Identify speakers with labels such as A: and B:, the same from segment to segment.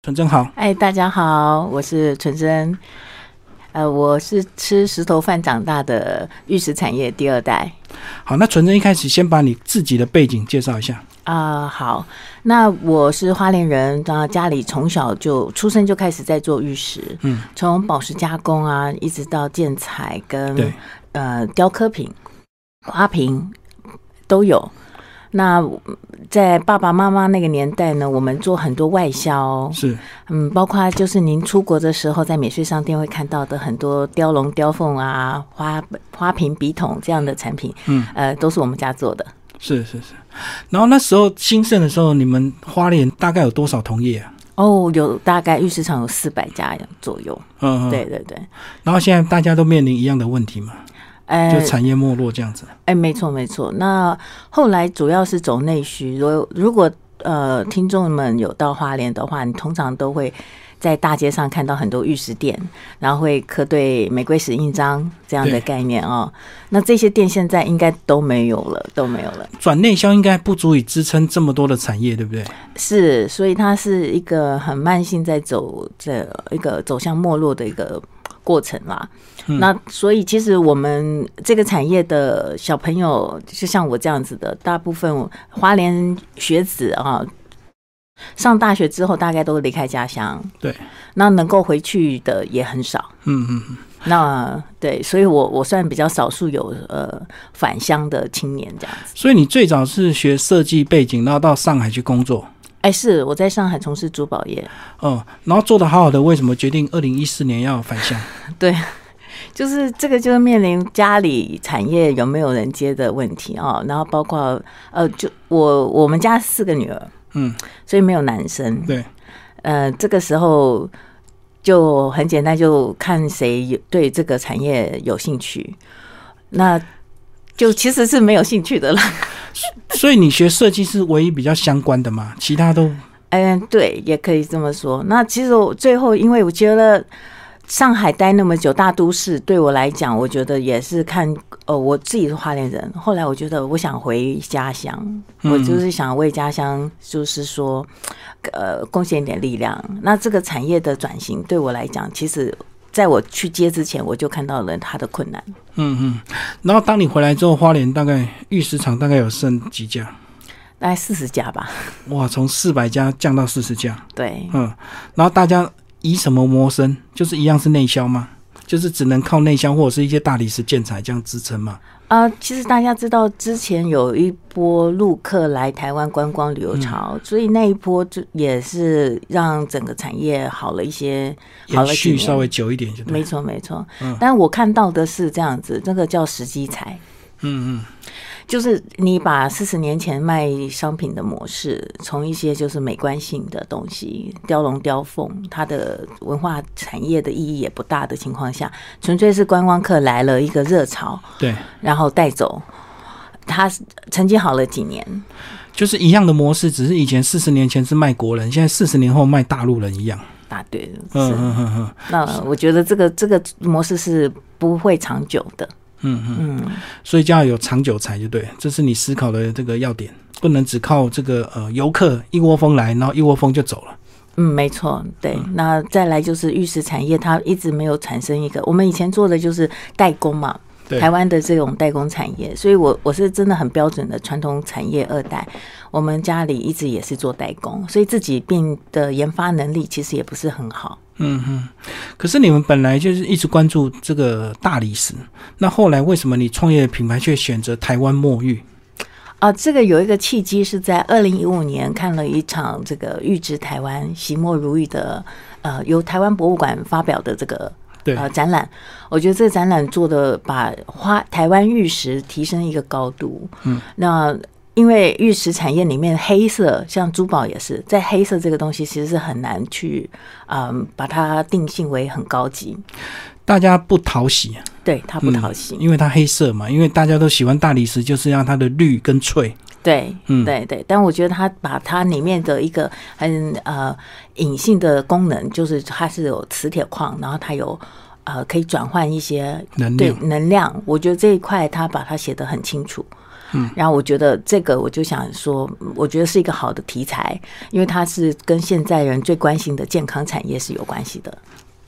A: 纯真好，
B: 哎，大家好，我是纯真。呃，我是吃石头饭长大的玉石产业第二代
A: 好，那纯真一开始先把你自己的背景介绍一下。
B: 啊、好，那我是花莲人，然后家里从小就出生就开始在做玉石，
A: 嗯，
B: 从宝石加工啊，一直到建材跟
A: 对
B: 呃雕刻品、花瓶都有。那在爸爸妈妈那个年代呢，我们做很多外销，
A: 是
B: 嗯，包括就是您出国的时候，在免税商店会看到的很多雕龙、雕凤啊、花花瓶、笔筒这样的产品，
A: 嗯，
B: 呃，都是我们家做的。
A: 是是是。然后那时候兴盛的时候，你们花莲大概有多少同业啊？
B: 哦，有大概玉石厂有四百家左右，
A: 嗯，嗯
B: 对。对对，
A: 然后现在大家都面临一样的问题嘛，
B: 呃
A: 就，产业没落这样子。
B: 哎，没错没错。那后来主要是走内需，如如果呃听众们有到花莲的话，你通常都会在大街上看到很多玉石店，然后会刻对玫瑰石印章这样的
A: 对
B: 概念哦。那这些店现在应该都没有了，都没有了。
A: 转内销应该不足以支撑这么多的产业，对不对？
B: 是，所以它是一个很慢性在走这一个走向没落的一个过程啦。那所以其实我们这个产业的小朋友，就像我这样子的，大部分花莲学子啊，上大学之后大概都离开家乡，
A: 对，
B: 那能够回去的也很少。
A: 嗯嗯嗯。
B: 那对，所以我我算比较少数有呃返乡的青年这样子。
A: 所以你最早是学设计背景，然后到上海去工作，
B: 哎，是我在上海从事珠宝业，
A: 哦、然后做得好好的，为什么决定二零一四年要返乡？
B: 就是这个，就是面临家里产业有没有人接的问题哦，然后包括呃，就我我们家四个女儿，
A: 嗯，
B: 所以没有男生。
A: 对，
B: 呃，这个时候就很简单，就看谁有对这个产业有兴趣。那就其实是没有兴趣的了。
A: 所以你学设计是唯一比较相关的嘛，其他都
B: 嗯，对，也可以这么说。那其实我最后，因为我觉得上海待那么久，大都市对我来讲，我觉得也是看呃，我自己是花莲人。后来我觉得我想回家乡，我就是想为家乡，就是说，呃，贡献一点力量。那这个产业的转型对我来讲，其实在我去接之前，我就看到了它的困难。
A: 嗯嗯。然后当你回来之后，花莲大概玉石厂大概有剩几家？
B: 大概四十家吧，
A: 哇，从四百家降到四十家，
B: 对，
A: 嗯。然后大家以什么谋生？就是一样是内销吗？就是只能靠内销或者是一些大理石建材这样支撑嘛？
B: 啊、其实大家知道，之前有一波陆客来台湾观光旅游
A: 嗯
B: 潮，所以那一波就也是让整个产业好了一些，好
A: 延
B: 了几
A: 续
B: 年
A: 稍微嗯久一点就对了。
B: 没错没错。但我看到的是这样子，这个叫时机财，
A: 嗯嗯，
B: 就是你把四十年前卖商品的模式，从一些就是美观性的东西，雕龙雕凤，它的文化产业的意义也不大的情况下，纯粹是观光客来了一个热潮，
A: 对，
B: 然后带走。他成绩好了几年，
A: 就是一样的模式，只是以前四十年前是卖国人，现在四十年后卖大陆人一样。
B: 答对了。
A: 嗯
B: 是，
A: 嗯嗯嗯
B: 那我觉得这个这个模式是不会长久的。
A: 嗯嗯，
B: 嗯，
A: 所以就要有长久才就对了，这是你思考的这个要点，不能只靠这个呃游客一窝蜂来，然后一窝蜂就走了。
B: 嗯，没错，对。
A: 嗯
B: 那再来就是玉石产业，它一直没有产生一个，我们以前做的就是代工嘛，
A: 对
B: 台湾的这种代工产业，所以我我是真的很标准的传统产业二代。我们家里一直也是做代工，所以自己并的研发能力其实也不是很好。
A: 嗯嗯，可是你们本来就是一直关注这个大理石，那后来为什么你创业的品牌却选择台湾墨玉？
B: 啊，这个有一个契机是在二零一五年看了一场这个《玉植台湾》席莫如玉的呃由台湾博物馆发表的这个
A: 对，
B: 呃展览，我觉得这个展览做的把花台湾玉石提升一个高度。嗯，那因为玉石产业里面黑色，像珠宝也是，在黑色这个东西其实是很难去嗯、把它定性为很高级，
A: 大家不讨喜，
B: 对它不
A: 嗯
B: 讨喜。
A: 因为它黑色嘛，因为大家都喜欢大理石，就是要它的绿跟翠。
B: 对，
A: 嗯
B: 对对，但我觉得它把它里面的一个很呃隐性的功能，就是它是有磁铁矿，然后它有呃可以转换一些
A: 能
B: 对
A: 量
B: 能量。我觉得这一块它把它写得很清楚。嗯，然后我觉得这个我就想说，我觉得是一个好的题材，因为它是跟现在人最关心的健康产业是有关系的。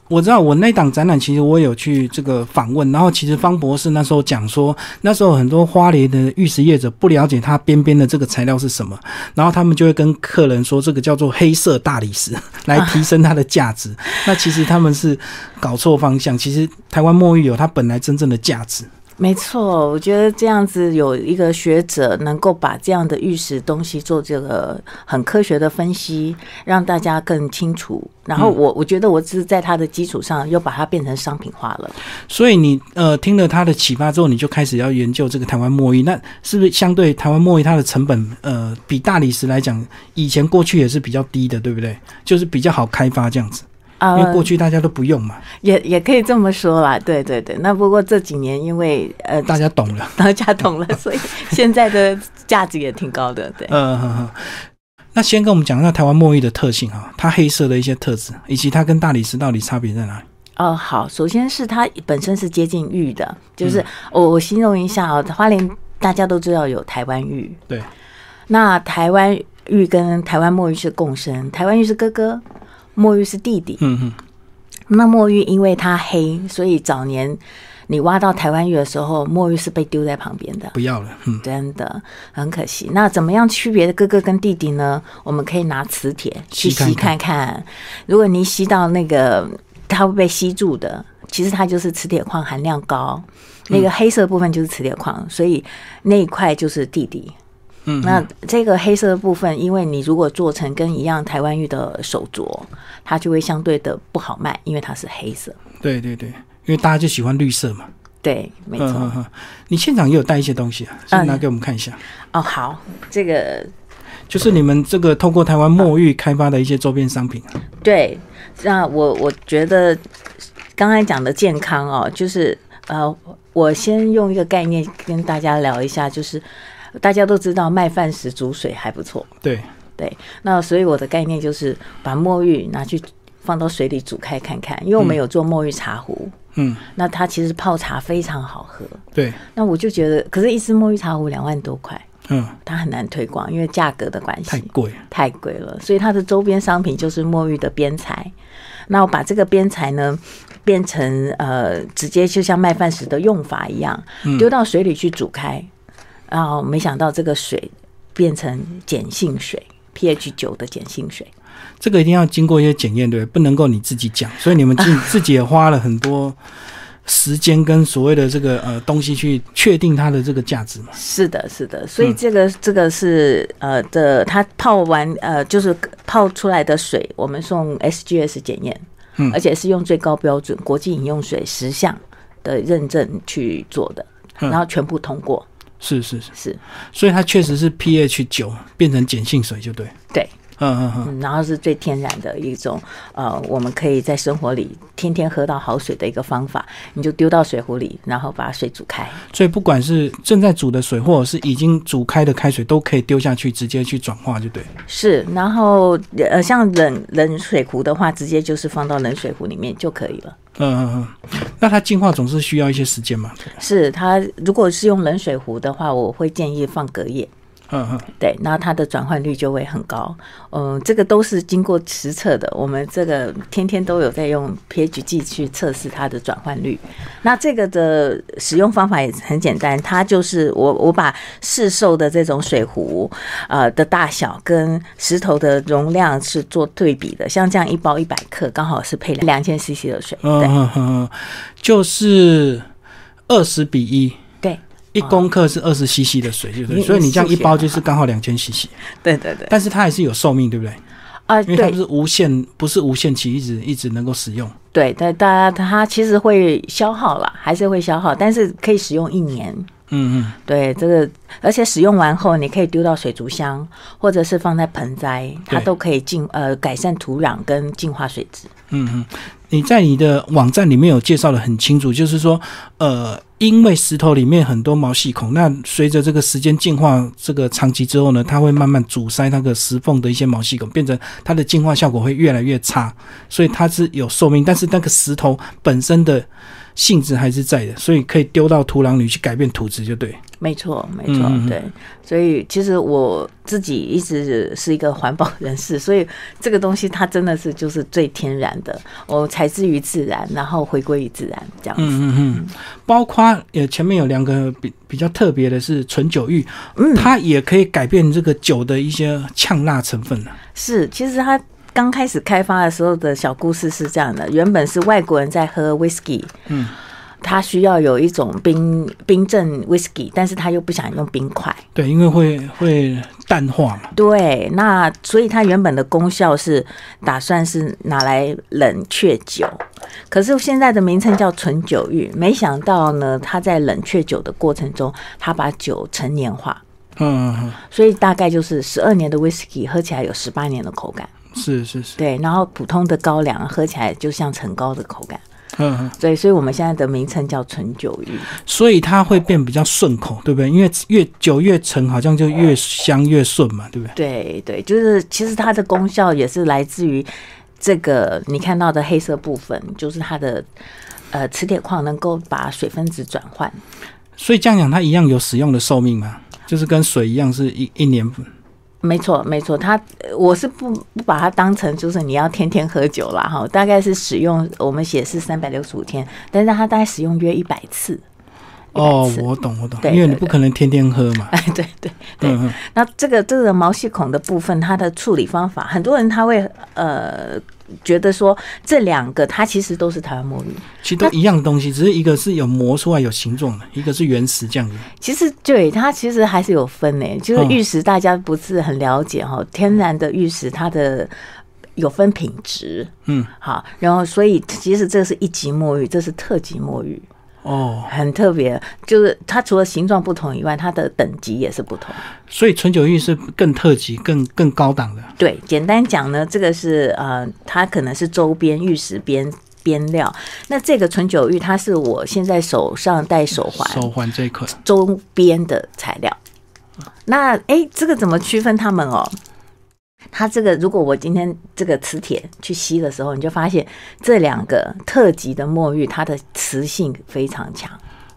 A: 我知道我那档展览，其实我有去这个访问，然后其实方博士那时候讲说，那时候很多花莲的玉石业者不了解它边边的这个材料是什么，然后他们就会跟客人说这个叫做黑色大理石 来提升它的价值。那其实他们是搞错方向，其实台湾墨玉有它本来真正的价值。
B: 没错，我觉得这样子有一个学者能够把这样的玉石东西做这个很科学的分析，让大家更清楚。然
A: 嗯
B: 后我我觉得我只是在它的基础上又把它变成商品化了。
A: 所以你呃听了他的启发之后，你就开始要研究这个台湾墨玉，那是不是相对台湾墨玉它的成本呃比大理石来讲，以前过去也是比较低的，对不对？就是比较好开发这样子，
B: 啊、
A: 因为过去大家都不用嘛，
B: 也也可以这么说啦，对对对。那不过这几年因为呃
A: 大家懂了，
B: 大家懂了，所以现在的价值也挺高的，对。
A: 呃。呵呵那先跟我们讲一下台湾墨玉的特性啊，它黑色的一些特质，以及它跟大理石到底差别在哪里？
B: 哦，好，首先是它本身是接近玉的，就是我、我形容一下哦，花莲大家都知道有台湾玉，
A: 对，
B: 那台湾玉跟台湾墨玉是共生，台湾玉是哥哥，墨玉是弟弟。
A: 嗯嗯，
B: 那墨玉因为它黑，所以早年你挖到台湾玉的时候，墨玉是被丢在旁边的。
A: 不要了，嗯，
B: 真的很可惜。那怎么样区别哥哥跟弟弟呢？我们可以拿磁铁去
A: 吸看
B: 吸看看，如果你吸到那个，它会被吸住的。其实它就是磁铁矿含量高，
A: 嗯
B: 那个黑色部分就是磁铁矿，所以那一块就是弟弟。
A: 嗯，
B: 那这个黑色的部分，因为你如果做成跟一样台湾玉的手镯，它就会相对的不好卖，因为它是黑色。
A: 对对对，因为大家就喜欢绿色嘛。
B: 对，没错。
A: 嗯嗯嗯，你现场也有带一些东西啊，是不是拿给我们看一下。
B: 哦，好，这个
A: 就是你们这个透过台湾墨玉开发的一些周边商品啊。
B: 对，那我我觉得刚才讲的健康哦，就是呃，我先用一个概念跟大家聊一下，就是大家都知道麦饭石煮水还不错，
A: 对，
B: 对，那所以我的概念就是把墨玉拿去放到水里煮开看看，因为我们有做墨玉茶壶，
A: 嗯，
B: 那它其实泡茶非常好喝，
A: 对，
B: 那我就觉得，可是，一支墨玉茶壶两万多块，
A: 嗯，
B: 它很难推广，因为价格的关系
A: 太贵了。
B: 太贵了，所以它的周边商品就是墨玉的边材。那我把这个边材呢，变成呃，直接就像麦饭石的用法一样，丢到水里去煮开，然后没想到这个水变成碱性水，pH 九的碱性水。
A: 这个一定要经过一些检验，对不对？不能够你自己讲，所以你们自自己也花了很多时间跟所谓的这个呃东西去确定它的这个价值嘛。
B: 是的，是的，所以
A: 嗯
B: 这个、这个是呃的，它泡完呃就是泡出来的水，我们送 SGS 检验，
A: 嗯
B: 而且是用最高标准国际饮用水十项的认证去做的，
A: 嗯
B: 然后全部通过，
A: 是是是，
B: 是
A: 所以它确实是 pH 九变成碱性水，就对。
B: 对，
A: 嗯嗯嗯，
B: 嗯，然后是最天然的一种呃，我们可以在生活里天天喝到好水的一个方法，你就丢到水壶里，然后把水煮开，
A: 所以不管是正在煮的水，或者是已经煮开的开水，都可以丢下去，直接去转化，就对。
B: 是，然后呃像冷冷水壶的话，直接就是放到冷水壶里面就可以了。
A: 嗯嗯嗯，那它进化总是需要一些时间嘛。对
B: 是它如果是用冷水壶的话，我会建议放隔夜，
A: 嗯嗯，
B: 对，那它的转换率就会很高。嗯，这个都是经过实测的，我们这个天天都有在用 pH 计去测试它的转换率。那这个的使用方法也很简单，它就是我我把市售的这种水壶，呃的大小跟石头的容量是做对比的，像这样一包一百克，刚好是配两千 CC 的水，
A: 嗯
B: 对
A: 嗯嗯，就是二十比一，
B: 对
A: 一公克是二十 CC 的水，对不对？
B: 你
A: 所以你这样一包
B: 你
A: 就是刚好两千 CC，
B: 对对对，
A: 但是它还是有寿命，对不对？
B: 啊
A: 因为它
B: 对
A: 不。是无限，不是无限期一直一直能够使用。
B: 对，但大家它其实会消耗啦，还是会消耗，但是可以使用一年。
A: 嗯嗯，
B: 对，这个而且使用完后，你可以丢到水族箱，或者是放在盆栽，它
A: 对
B: 都可以净呃改善土壤跟净化水质。
A: 你在你的网站里面有介绍的很清楚，就是说，呃，因为石头里面很多毛细孔，那随着这个时间进化这个长期之后呢，它会慢慢阻塞那个石缝的一些毛细孔，变成它的进化效果会越来越差，所以它是有寿命，但是那个石头本身的性质还是在的，所以可以丢到土壤里去改变土质，就对。
B: 没错，没错，
A: 嗯嗯嗯
B: 对。所以其实我自己一直是一个环保人士，所以这个东西它真的是就是最天然的，我采之于自然，然后回归于自然这样子。
A: 嗯嗯嗯，包括也前面有两个比比较特别的是纯酒浴，
B: 嗯
A: 它也可以改变这个酒的一些呛辣成分啊
B: 是，其实它刚开始开发的时候的小故事是这样的：原本是外国人在喝 whisky，
A: 嗯，
B: 他需要有一种冰冰镇 whisky，但是他又不想用冰块。
A: 对，因为会会淡化嘛。
B: 对，那所以它原本的功效是打算是拿来冷却酒，可是现在的名称叫纯酒浴。没想到呢，它在冷却酒的过程中，它把酒陈年化，
A: 嗯，嗯
B: 所以大概就是十二年的 whisky 喝起来有十八年的口感。
A: 嗯是是是，
B: 对，然后普通的高粱喝起来就像陈高的口感。
A: 嗯嗯，
B: 对，所以我们现在的名称叫纯酒浴。
A: 所以它会变比较顺口，对不对？因为越酒越陈，好像就越香越顺嘛，对不对？
B: 对对，就是其实它的功效也是来自于这个你看到的黑色部分，就是它的呃磁铁矿能够把水分子转换。
A: 所以这样讲，它一样有使用的寿命嘛，就是跟水一样是一一年。
B: 没错，没错，它呃我是不不把它当成就是你要天天喝酒啦哈，大概是使用我们写是三百六十五天，但是它大概使用约一百次。
A: 哦
B: 100，次
A: 我懂我懂，
B: 对
A: 因为
B: 对
A: 你不可能天天喝嘛。
B: 哎，对对对，
A: 嗯嗯
B: 那这个这个毛细孔的部分，它的处理方法，很多人他会呃觉得说这两个它其实都是台湾墨鱼，
A: 其实都一样的东西，只是一个是有磨出来有形状的，一个是原石这样子。
B: 其实对它其实还是有分呢，就是
A: 嗯
B: 玉石大家不是很了解哈、天然的玉石它的有分品质，
A: 嗯，
B: 好，然后所以其实这是一级墨玉，这是特级墨玉，
A: 哦，
B: 很特别，就是它除了形状不同以外，它的等级也是不同。
A: 所以纯酒玉是更特级、更更高档的。
B: 对，简单讲呢，这个是呃，它可能是周边玉石边边料。那这个纯酒玉，它是我现在手上戴手环
A: 手环这一块，
B: 周边的材料。那诶，这个怎么区分它们哦？它这个，如果我今天这个磁铁去吸的时候，你就发现这两个特级的墨玉，它的磁性非常强。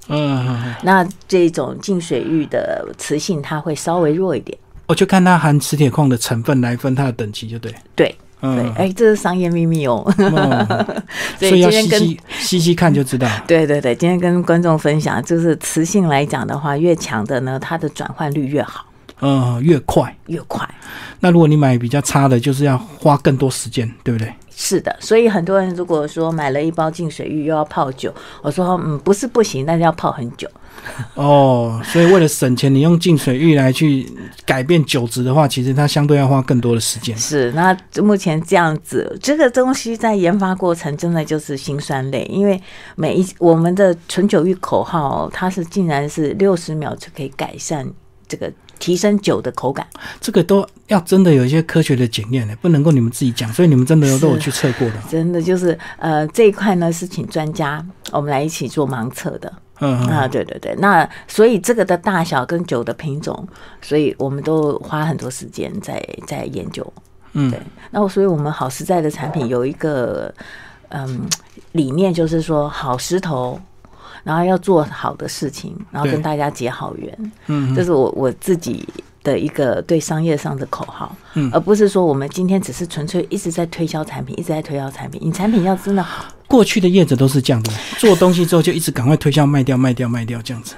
A: 嗯，嗯嗯
B: 那这种净水玉的磁性，它会稍微弱一点。
A: 我哦就看它含磁铁矿的成分来分它的等级就对。
B: 对对
A: 嗯，，
B: 哎，这是商业秘密哦。
A: 哦
B: 所
A: 所
B: 以
A: 以要
B: 今
A: 细
B: 天跟
A: 细细细看就知道。
B: 对对对，今天跟观众分享，就是磁性来讲的话，越强的呢，它的转换率越好，
A: 嗯，越快。
B: 越快。
A: 那如果你买比较差的，就是要花更多时间，对不对？
B: 是的，所以很多人如果说买了一包净水浴又要泡酒，我说嗯不是不行，但是要泡很久。
A: 哦，所以为了省钱，你用净水浴来去改变酒质的话，其实它相对要花更多的时间。
B: 是，那目前这样子，这个东西在研发过程真的就是辛酸泪，因为每一我们的纯酒浴口号、哦，它是竟然是六十秒就可以改善这个提升酒的口感。
A: 这个都要真的有一些科学的检验的，不能够你们自己讲，所以你们真的都有去测过的。
B: 真的就是呃这一块呢是请专家我们来一起做盲测的
A: 嗯，嗯
B: 啊，对对对，那所以这个的大小跟酒的品种，所以我们都花很多时间在在研究。
A: 嗯
B: 对，那我所以我们好实在的产品有一个嗯理念，就是说好石头。然后要做好的事情，然后
A: 对
B: 跟大家结好缘，
A: 嗯
B: 这是我我自己的一个对商业上的口号，
A: 嗯
B: 而不是说我们今天只是纯粹一直在推销产品，一直在推销产品。你产品要真的好，
A: 过去的业者都是这样的，做东西之后就一直赶快推销，卖掉，卖掉，卖掉这样子。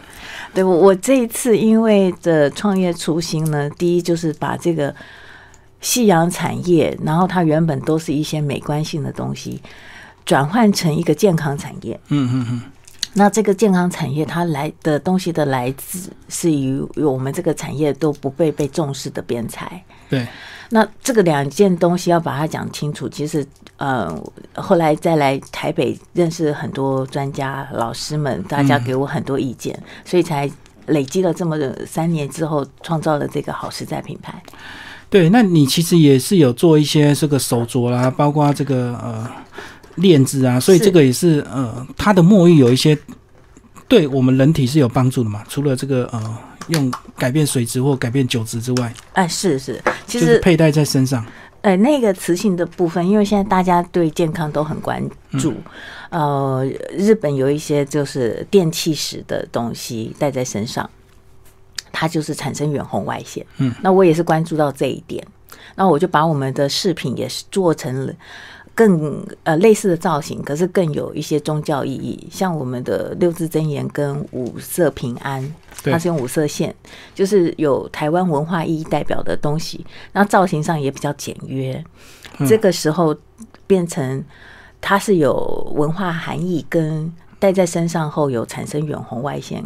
B: 对我我这一次因为的创业初心呢，第一就是把这个夕阳产业，然后它原本都是一些美观性的东西，转换成一个健康产业。
A: 嗯嗯嗯，
B: 那这个健康产业它来的东西的来自是于我们这个产业都不被被重视的边材。
A: 对，
B: 那这个两件东西要把它讲清楚，其实呃，后来再来台北认识很多专家老师们，大家给我很多意见，所以才累积了这么三年之后，创造了这个好时代品牌。
A: 对，那你其实也是有做一些这个手镯啦，包括这个呃链子啊，所以
B: 是
A: 这个也是呃它的墨玉有一些对我们人体是有帮助的嘛。除了这个呃用改变水质或改变酒质之外，
B: 哎，是是，其
A: 就是
B: 实
A: 佩戴在身上。
B: 呃，那个雌性的部分，因为现在大家对健康都很关注，呃，日本有一些就是电气石的东西带在身上，它就是产生远红外线。
A: 嗯，
B: 那我也是关注到这一点，那我就把我们的饰品也是做成了。更呃类似的造型，可是更有一些宗教意义，像我们的六字真言跟五色平安，
A: 对
B: 它是用五色线，就是有台湾文化意义代表的东西。那造型上也比较简约，
A: 嗯
B: 这个时候变成它是有文化含义，跟戴在身上后有产生远红外线，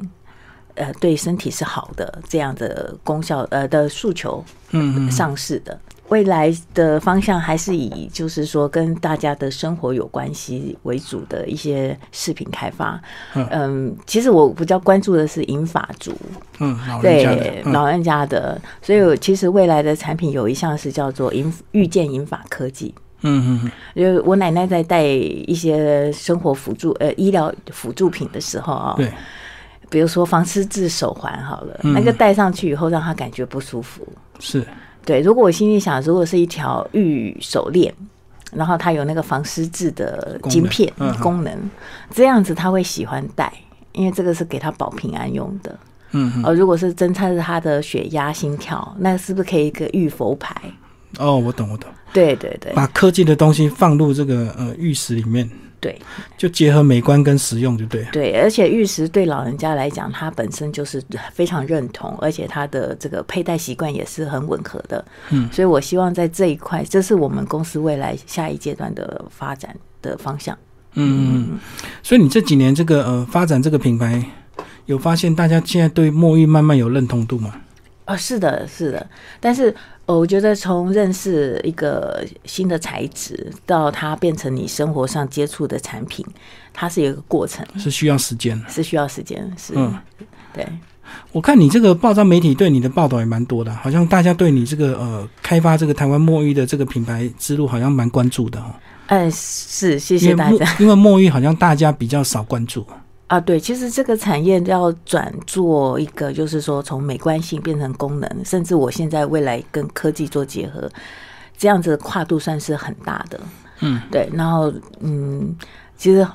B: 呃，对身体是好的这样的功效呃的诉求
A: 嗯嗯，
B: 上市的。未来的方向还是以就是说跟大家的生活有关系为主的一些饰品开发
A: 嗯。
B: 嗯，其实我比较关注的是银发族，
A: 嗯，老人家
B: 对
A: 的，嗯
B: 老人家的，所以我其实未来的产品有一项是叫做银遇见银发科技。
A: 嗯嗯
B: 因为我奶奶在带一些生活辅助呃医疗辅助品的时候啊、
A: 嗯，对，
B: 比如说防湿质手环好了，
A: 嗯
B: 那个戴上去以后让她感觉不舒服。
A: 是，
B: 对，如果我心里想，如果是一条玉手链，然后它有那个防湿质的
A: 功能
B: 晶片
A: 嗯嗯
B: 功能，这样子她会喜欢戴，因为这个是给她保平安用的。
A: 嗯嗯，
B: 呃，如果是侦测他的血压、心跳，那是不是可以一个预佛牌？
A: 哦，我懂我懂，
B: 对对对
A: 把科技的东西放入这个呃玉石里面，
B: 对
A: 就结合美观跟实用，就对了。
B: 对，而且玉石对老人家来讲，它本身就是非常认同，而且它的这个佩戴习惯也是很吻合的。
A: 嗯，
B: 所以我希望在这一块，这是我们公司未来下一阶段的发展的方向。
A: 嗯嗯嗯，所以你这几年这个呃发展这个品牌，有发现大家现在对墨玉慢慢有认同度吗？
B: 哦，是的，是的，但是、呃我觉得从认识一个新的材质到它变成你生活上接触的产品，它是有一个过程。
A: 是需要时间的。
B: 是需要时间，是，
A: 嗯
B: 对，
A: 我看你这个报章媒体对你的报道也蛮多的，好像大家对你这个呃开发这个台湾墨玉的这个品牌之路好像蛮关注的哈、哦。
B: 哎，是，谢
A: 因
B: 谢
A: 为
B: 大
A: 墨
B: 家
A: 因为墨玉好像大家比较少关注。
B: 啊。对，其实这个产业要转做一个，就是说从美观性变成功能，甚至我现在未来跟科技做结合，这样子的跨度算是很大的。
A: 嗯，
B: 对，然后嗯，其实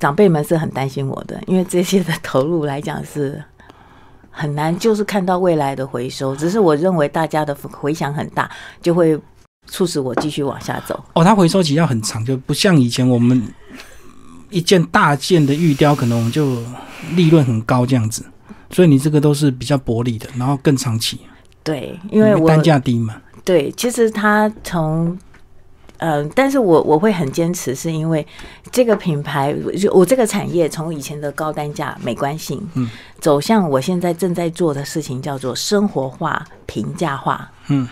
B: 长辈们是很担心我的，因为这些的投入来讲是。很难，就是看到未来的回收。只是我认为大家的回响很大，就会促使我继续往下走。
A: 哦，它回收期要很长，就不像以前我们一件大件的玉雕，可能我们就利润很高这样子。所以你这个都是比较薄利的，然后更长期，
B: 对，因为我
A: 单价低嘛。
B: 对，其实他从。呃，但是我我会很坚持，是因为这个品牌，就我这个产业从以前的高单价美观性，
A: 嗯，
B: 走向我现在正在做的事情，叫做生活化、平价化，
A: 嗯，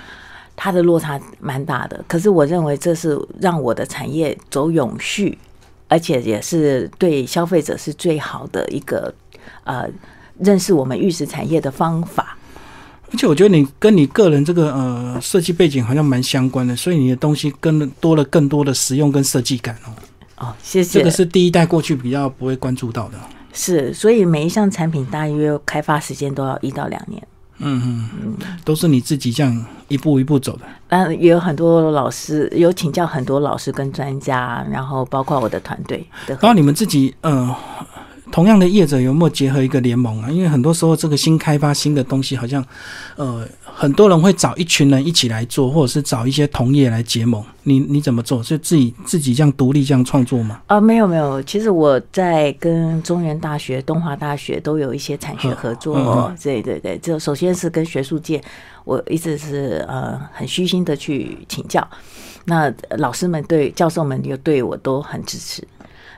B: 它的落差蛮大的。可是我认为这是让我的产业走永续，而且也是对消费者是最好的一个呃认识我们玉石产业的方法。
A: 而且我觉得你跟你个人这个呃设计背景好像蛮相关的，所以你的东西更多了更多的实用跟设计感哦。
B: 哦，谢谢。
A: 这个是第一代过去比较不会关注到的。哦
B: 是，所以每一项产品大约开发时间都要一到两年。
A: 嗯嗯，都是你自己这样一步一步走的。
B: 那也有很多老师，有请教很多老师跟专家，然后包括我的团队的合
A: 然后你们自己呃，同样的业者有没有结合一个联盟啊？因为很多时候这个新开发新的东西，好像呃很多人会找一群人一起来做，或者是找一些同业来结盟。你你怎么做？是自己自己这样独立这样创作吗？
B: 啊，没有没有，其实我在跟中原大学、东华大学都有一些产学合作。
A: 嗯嗯
B: 对对对，就首先是跟学术界，我一直是呃很虚心的去请教。那呃老师们对教授们又对我都很支持。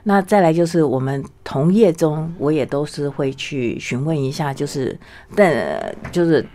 B: 那再来就是我们同业中，我也都是会去询问一下，就是但呃就是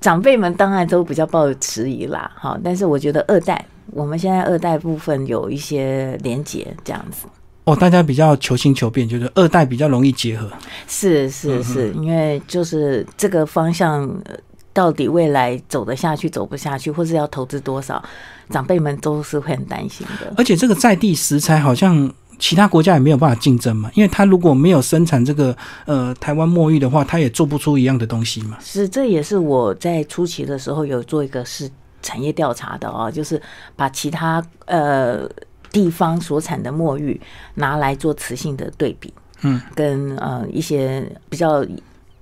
B: 长辈们当然都比较抱有迟疑啦，哈，但是我觉得二代，我们现在二代部分有一些连结，这样子
A: 哦，大家比较求新求变，就是二代比较容易结合。
B: 是是是，因为就是这个方向。呃到底未来走得下去，走不下去，或是要投资多少，长辈们都是会很担心的。
A: 而且这个在地食材好像其他国家也没有办法竞争嘛，因为它如果没有生产这个呃台湾墨玉的话，它也做不出一样的东西嘛。
B: 是，这也是我在初期的时候有做一个试产业调查的哦，就是把其他呃地方所产的墨玉拿来做雌性的对比，
A: 嗯，
B: 跟呃一些比较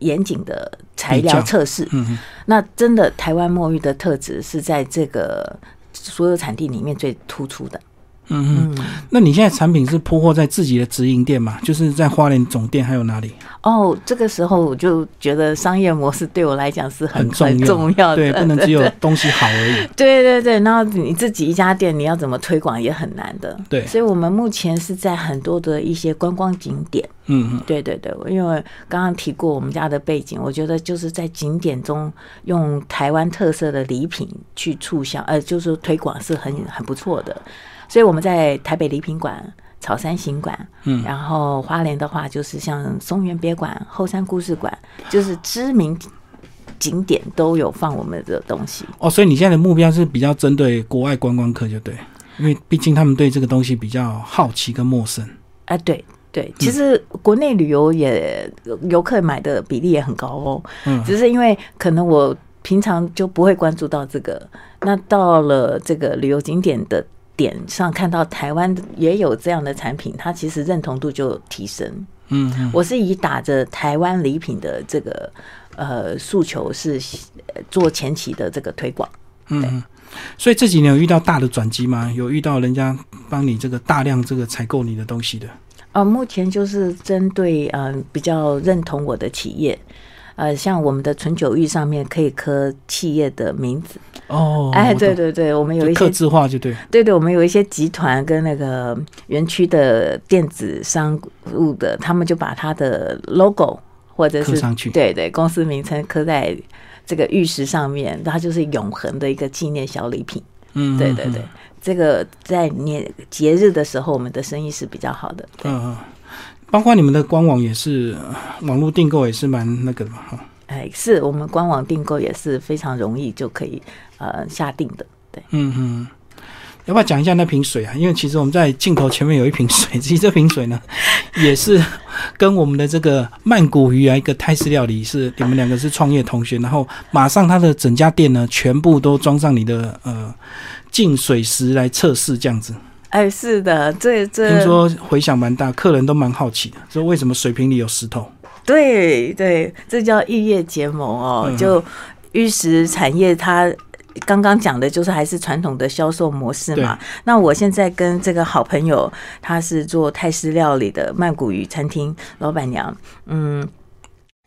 B: 严谨的材
A: 比较
B: 料测试，
A: 嗯哼，
B: 那真的台湾墨玉的特质是在这个所有产地里面最突出的。
A: 嗯哼。
B: 嗯，
A: 那你现在产品是铺货在自己的直营店嘛？就是在花莲总店还有哪里？
B: 哦，这个时候我就觉得商业模式对我来讲是 很
A: 很重要
B: 重要的，
A: 对， 不能只有东西好而已。
B: 对对对，然后你自己一家店，你要怎么推广也很难的。
A: 对
B: 所以我们目前是在很多的一些观光景点，
A: 嗯哼，
B: 对对对，因为刚刚提过我们家的背景，我觉得就是在景点中用台湾特色的礼品去促销，呃，就是推广是很很不错的。所以我们在台北礼品馆、草山行馆，
A: 嗯
B: 然后花莲的话就是像松原别馆、后山故事馆，就是知名景点都有放我们的东西。
A: 哦，所以你现在的目标是比较针对国外观光客，就对，因为毕竟他们对这个东西比较好奇跟陌生。
B: 啊，对对，其实国内旅游也游客买的比例也很高哦，
A: 嗯
B: 只是因为可能我平常就不会关注到这个，那到了这个旅游景点的。点上看到台湾也有这样的产品，它其实认同度就提升。
A: 嗯哼，
B: 我是以打着台湾礼品的这个呃诉求是呃做前期的这个推广。
A: 嗯哼。所以这几年有遇到大的转机吗？有遇到人家帮你这个大量这个采购你的东西的？
B: 呃，目前就是针对呃比较认同我的企业，呃，像我们的纯酒玉上面可以刻企业的名字，
A: 哦，
B: 哎，
A: 我懂
B: 对，对对，我们有
A: 就
B: 一
A: 客
B: 些，
A: 制化就对。
B: 对对，我们有一些集团跟那个园区的电子商务的，他们就把它的 logo 或者
A: 刻
B: 是
A: 上去
B: 对对公司名称刻在这个玉石上面，它就是永恒的一个纪念小礼品。
A: 嗯，
B: 对对
A: 嗯
B: 对，，这个在年节日的时候，我们的生意是比较好的。对，
A: 嗯嗯。包括你们的官网也是，呃网络订购也是蛮那个的嘛，哈。
B: 哎，是我们官网订购也是非常容易就可以呃下定的。
A: 嗯哼，要不要讲一下那瓶水啊？因为其实我们在镜头前面有一瓶水， 其实这瓶水呢，也是跟我们的这个曼谷鱼啊一个泰式料理是你们两个是创业同学，然后马上他的整家店呢全部都装上你的呃净水石来测试这样子。
B: 哎，是的，这这
A: 听说回响蛮大，客人都蛮好奇的，说为什么水瓶里有石头？
B: 对对，这叫异业结盟哦。
A: 嗯
B: 就玉石产业它。刚刚讲的就是还是传统的销售模式嘛。那我现在跟这个好朋友，他是做泰式料理的曼谷鱼餐厅老板娘，嗯，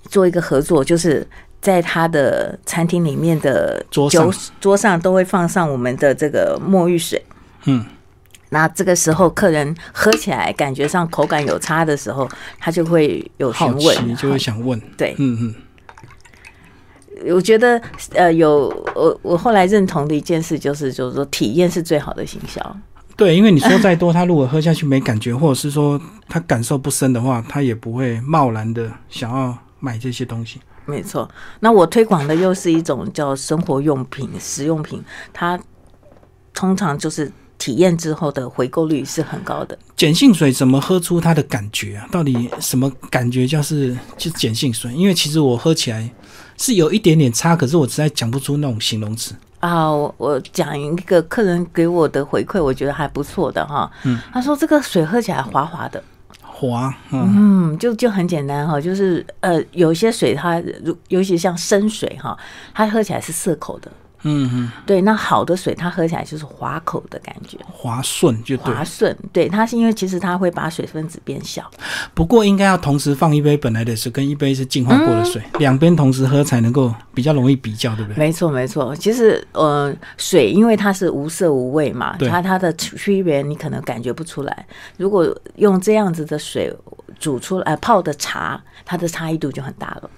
B: 做一个合作，就是在他的餐厅里面的
A: 桌
B: 酒
A: 上
B: 桌上都会放上我们的这个墨玉水。
A: 嗯，
B: 那这个时候客人喝起来感觉上口感有差的时候，他就会有
A: 好
B: 询问，啊
A: 奇就会想问。
B: 对。
A: 嗯嗯
B: 我觉得呃，有我我后来认同的一件事就是，就是说体验是最好的行销。
A: 对，因为你说再多，他如果喝下去没感觉，或者是说他感受不深的话，他也不会贸然的想要买这些东西。
B: 没错，那我推广的又是一种叫生活用品、实用品，它通常就是体验之后的回购率是很高的。
A: 碱性水怎么喝出它的感觉啊？到底什么感觉叫是就是碱性水？因为其实我喝起来是有一点点差，可是我实在讲不出那种形容词。
B: 啊，我我讲一个客人给我的回馈，我觉得还不错的哈。
A: 嗯，
B: 他说这个水喝起来滑滑的，
A: 滑，嗯
B: 嗯，就就很简单哈，就是呃，有些水它如尤其像生水哈，它喝起来是涩口的，
A: 嗯嗯，
B: 对，那好的水它喝起来就是滑口的感觉，
A: 滑顺就对。
B: 滑顺。对，它是因为其实它会把水分子变小。
A: 不过应该要同时放一杯本来的水跟一杯是净化过的水，两边同时喝才能够比较容易比较，对不对？
B: 没错，没错。其实呃，水因为它是无色无味嘛，
A: 对
B: 它它的区别你可能感觉不出来。如果用这样子的水煮出来呃泡的茶，它的差异度就很大了。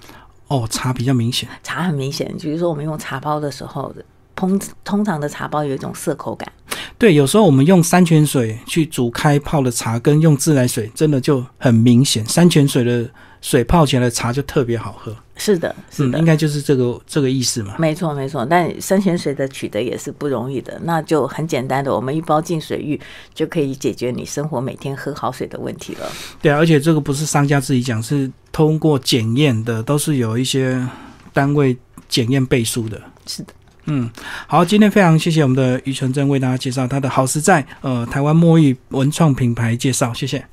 A: 哦，差比较明显。
B: 茶很明显，比如说我们用茶包的时候，通通常的茶包有一种涩口感。
A: 对，有时候我们用山泉水去煮开泡的茶，跟用自来水真的就很明显，山泉水的水泡起来的茶就特别好喝。
B: 是的，是
A: 嗯，
B: 的。
A: 应该就是这个这个意思嘛。
B: 没错，没错，但山泉水的取得也是不容易的，那就很简单的，我们一包净水浴就可以解决你生活每天喝好水的问题了。
A: 对啊，而且这个不是商家自己讲，是通过检验的，都是有一些单位检验背书的。
B: 是的，
A: 嗯，好，今天非常谢谢我们的于纯正为大家介绍他的好时在呃台湾墨玉文创品牌介绍，谢谢。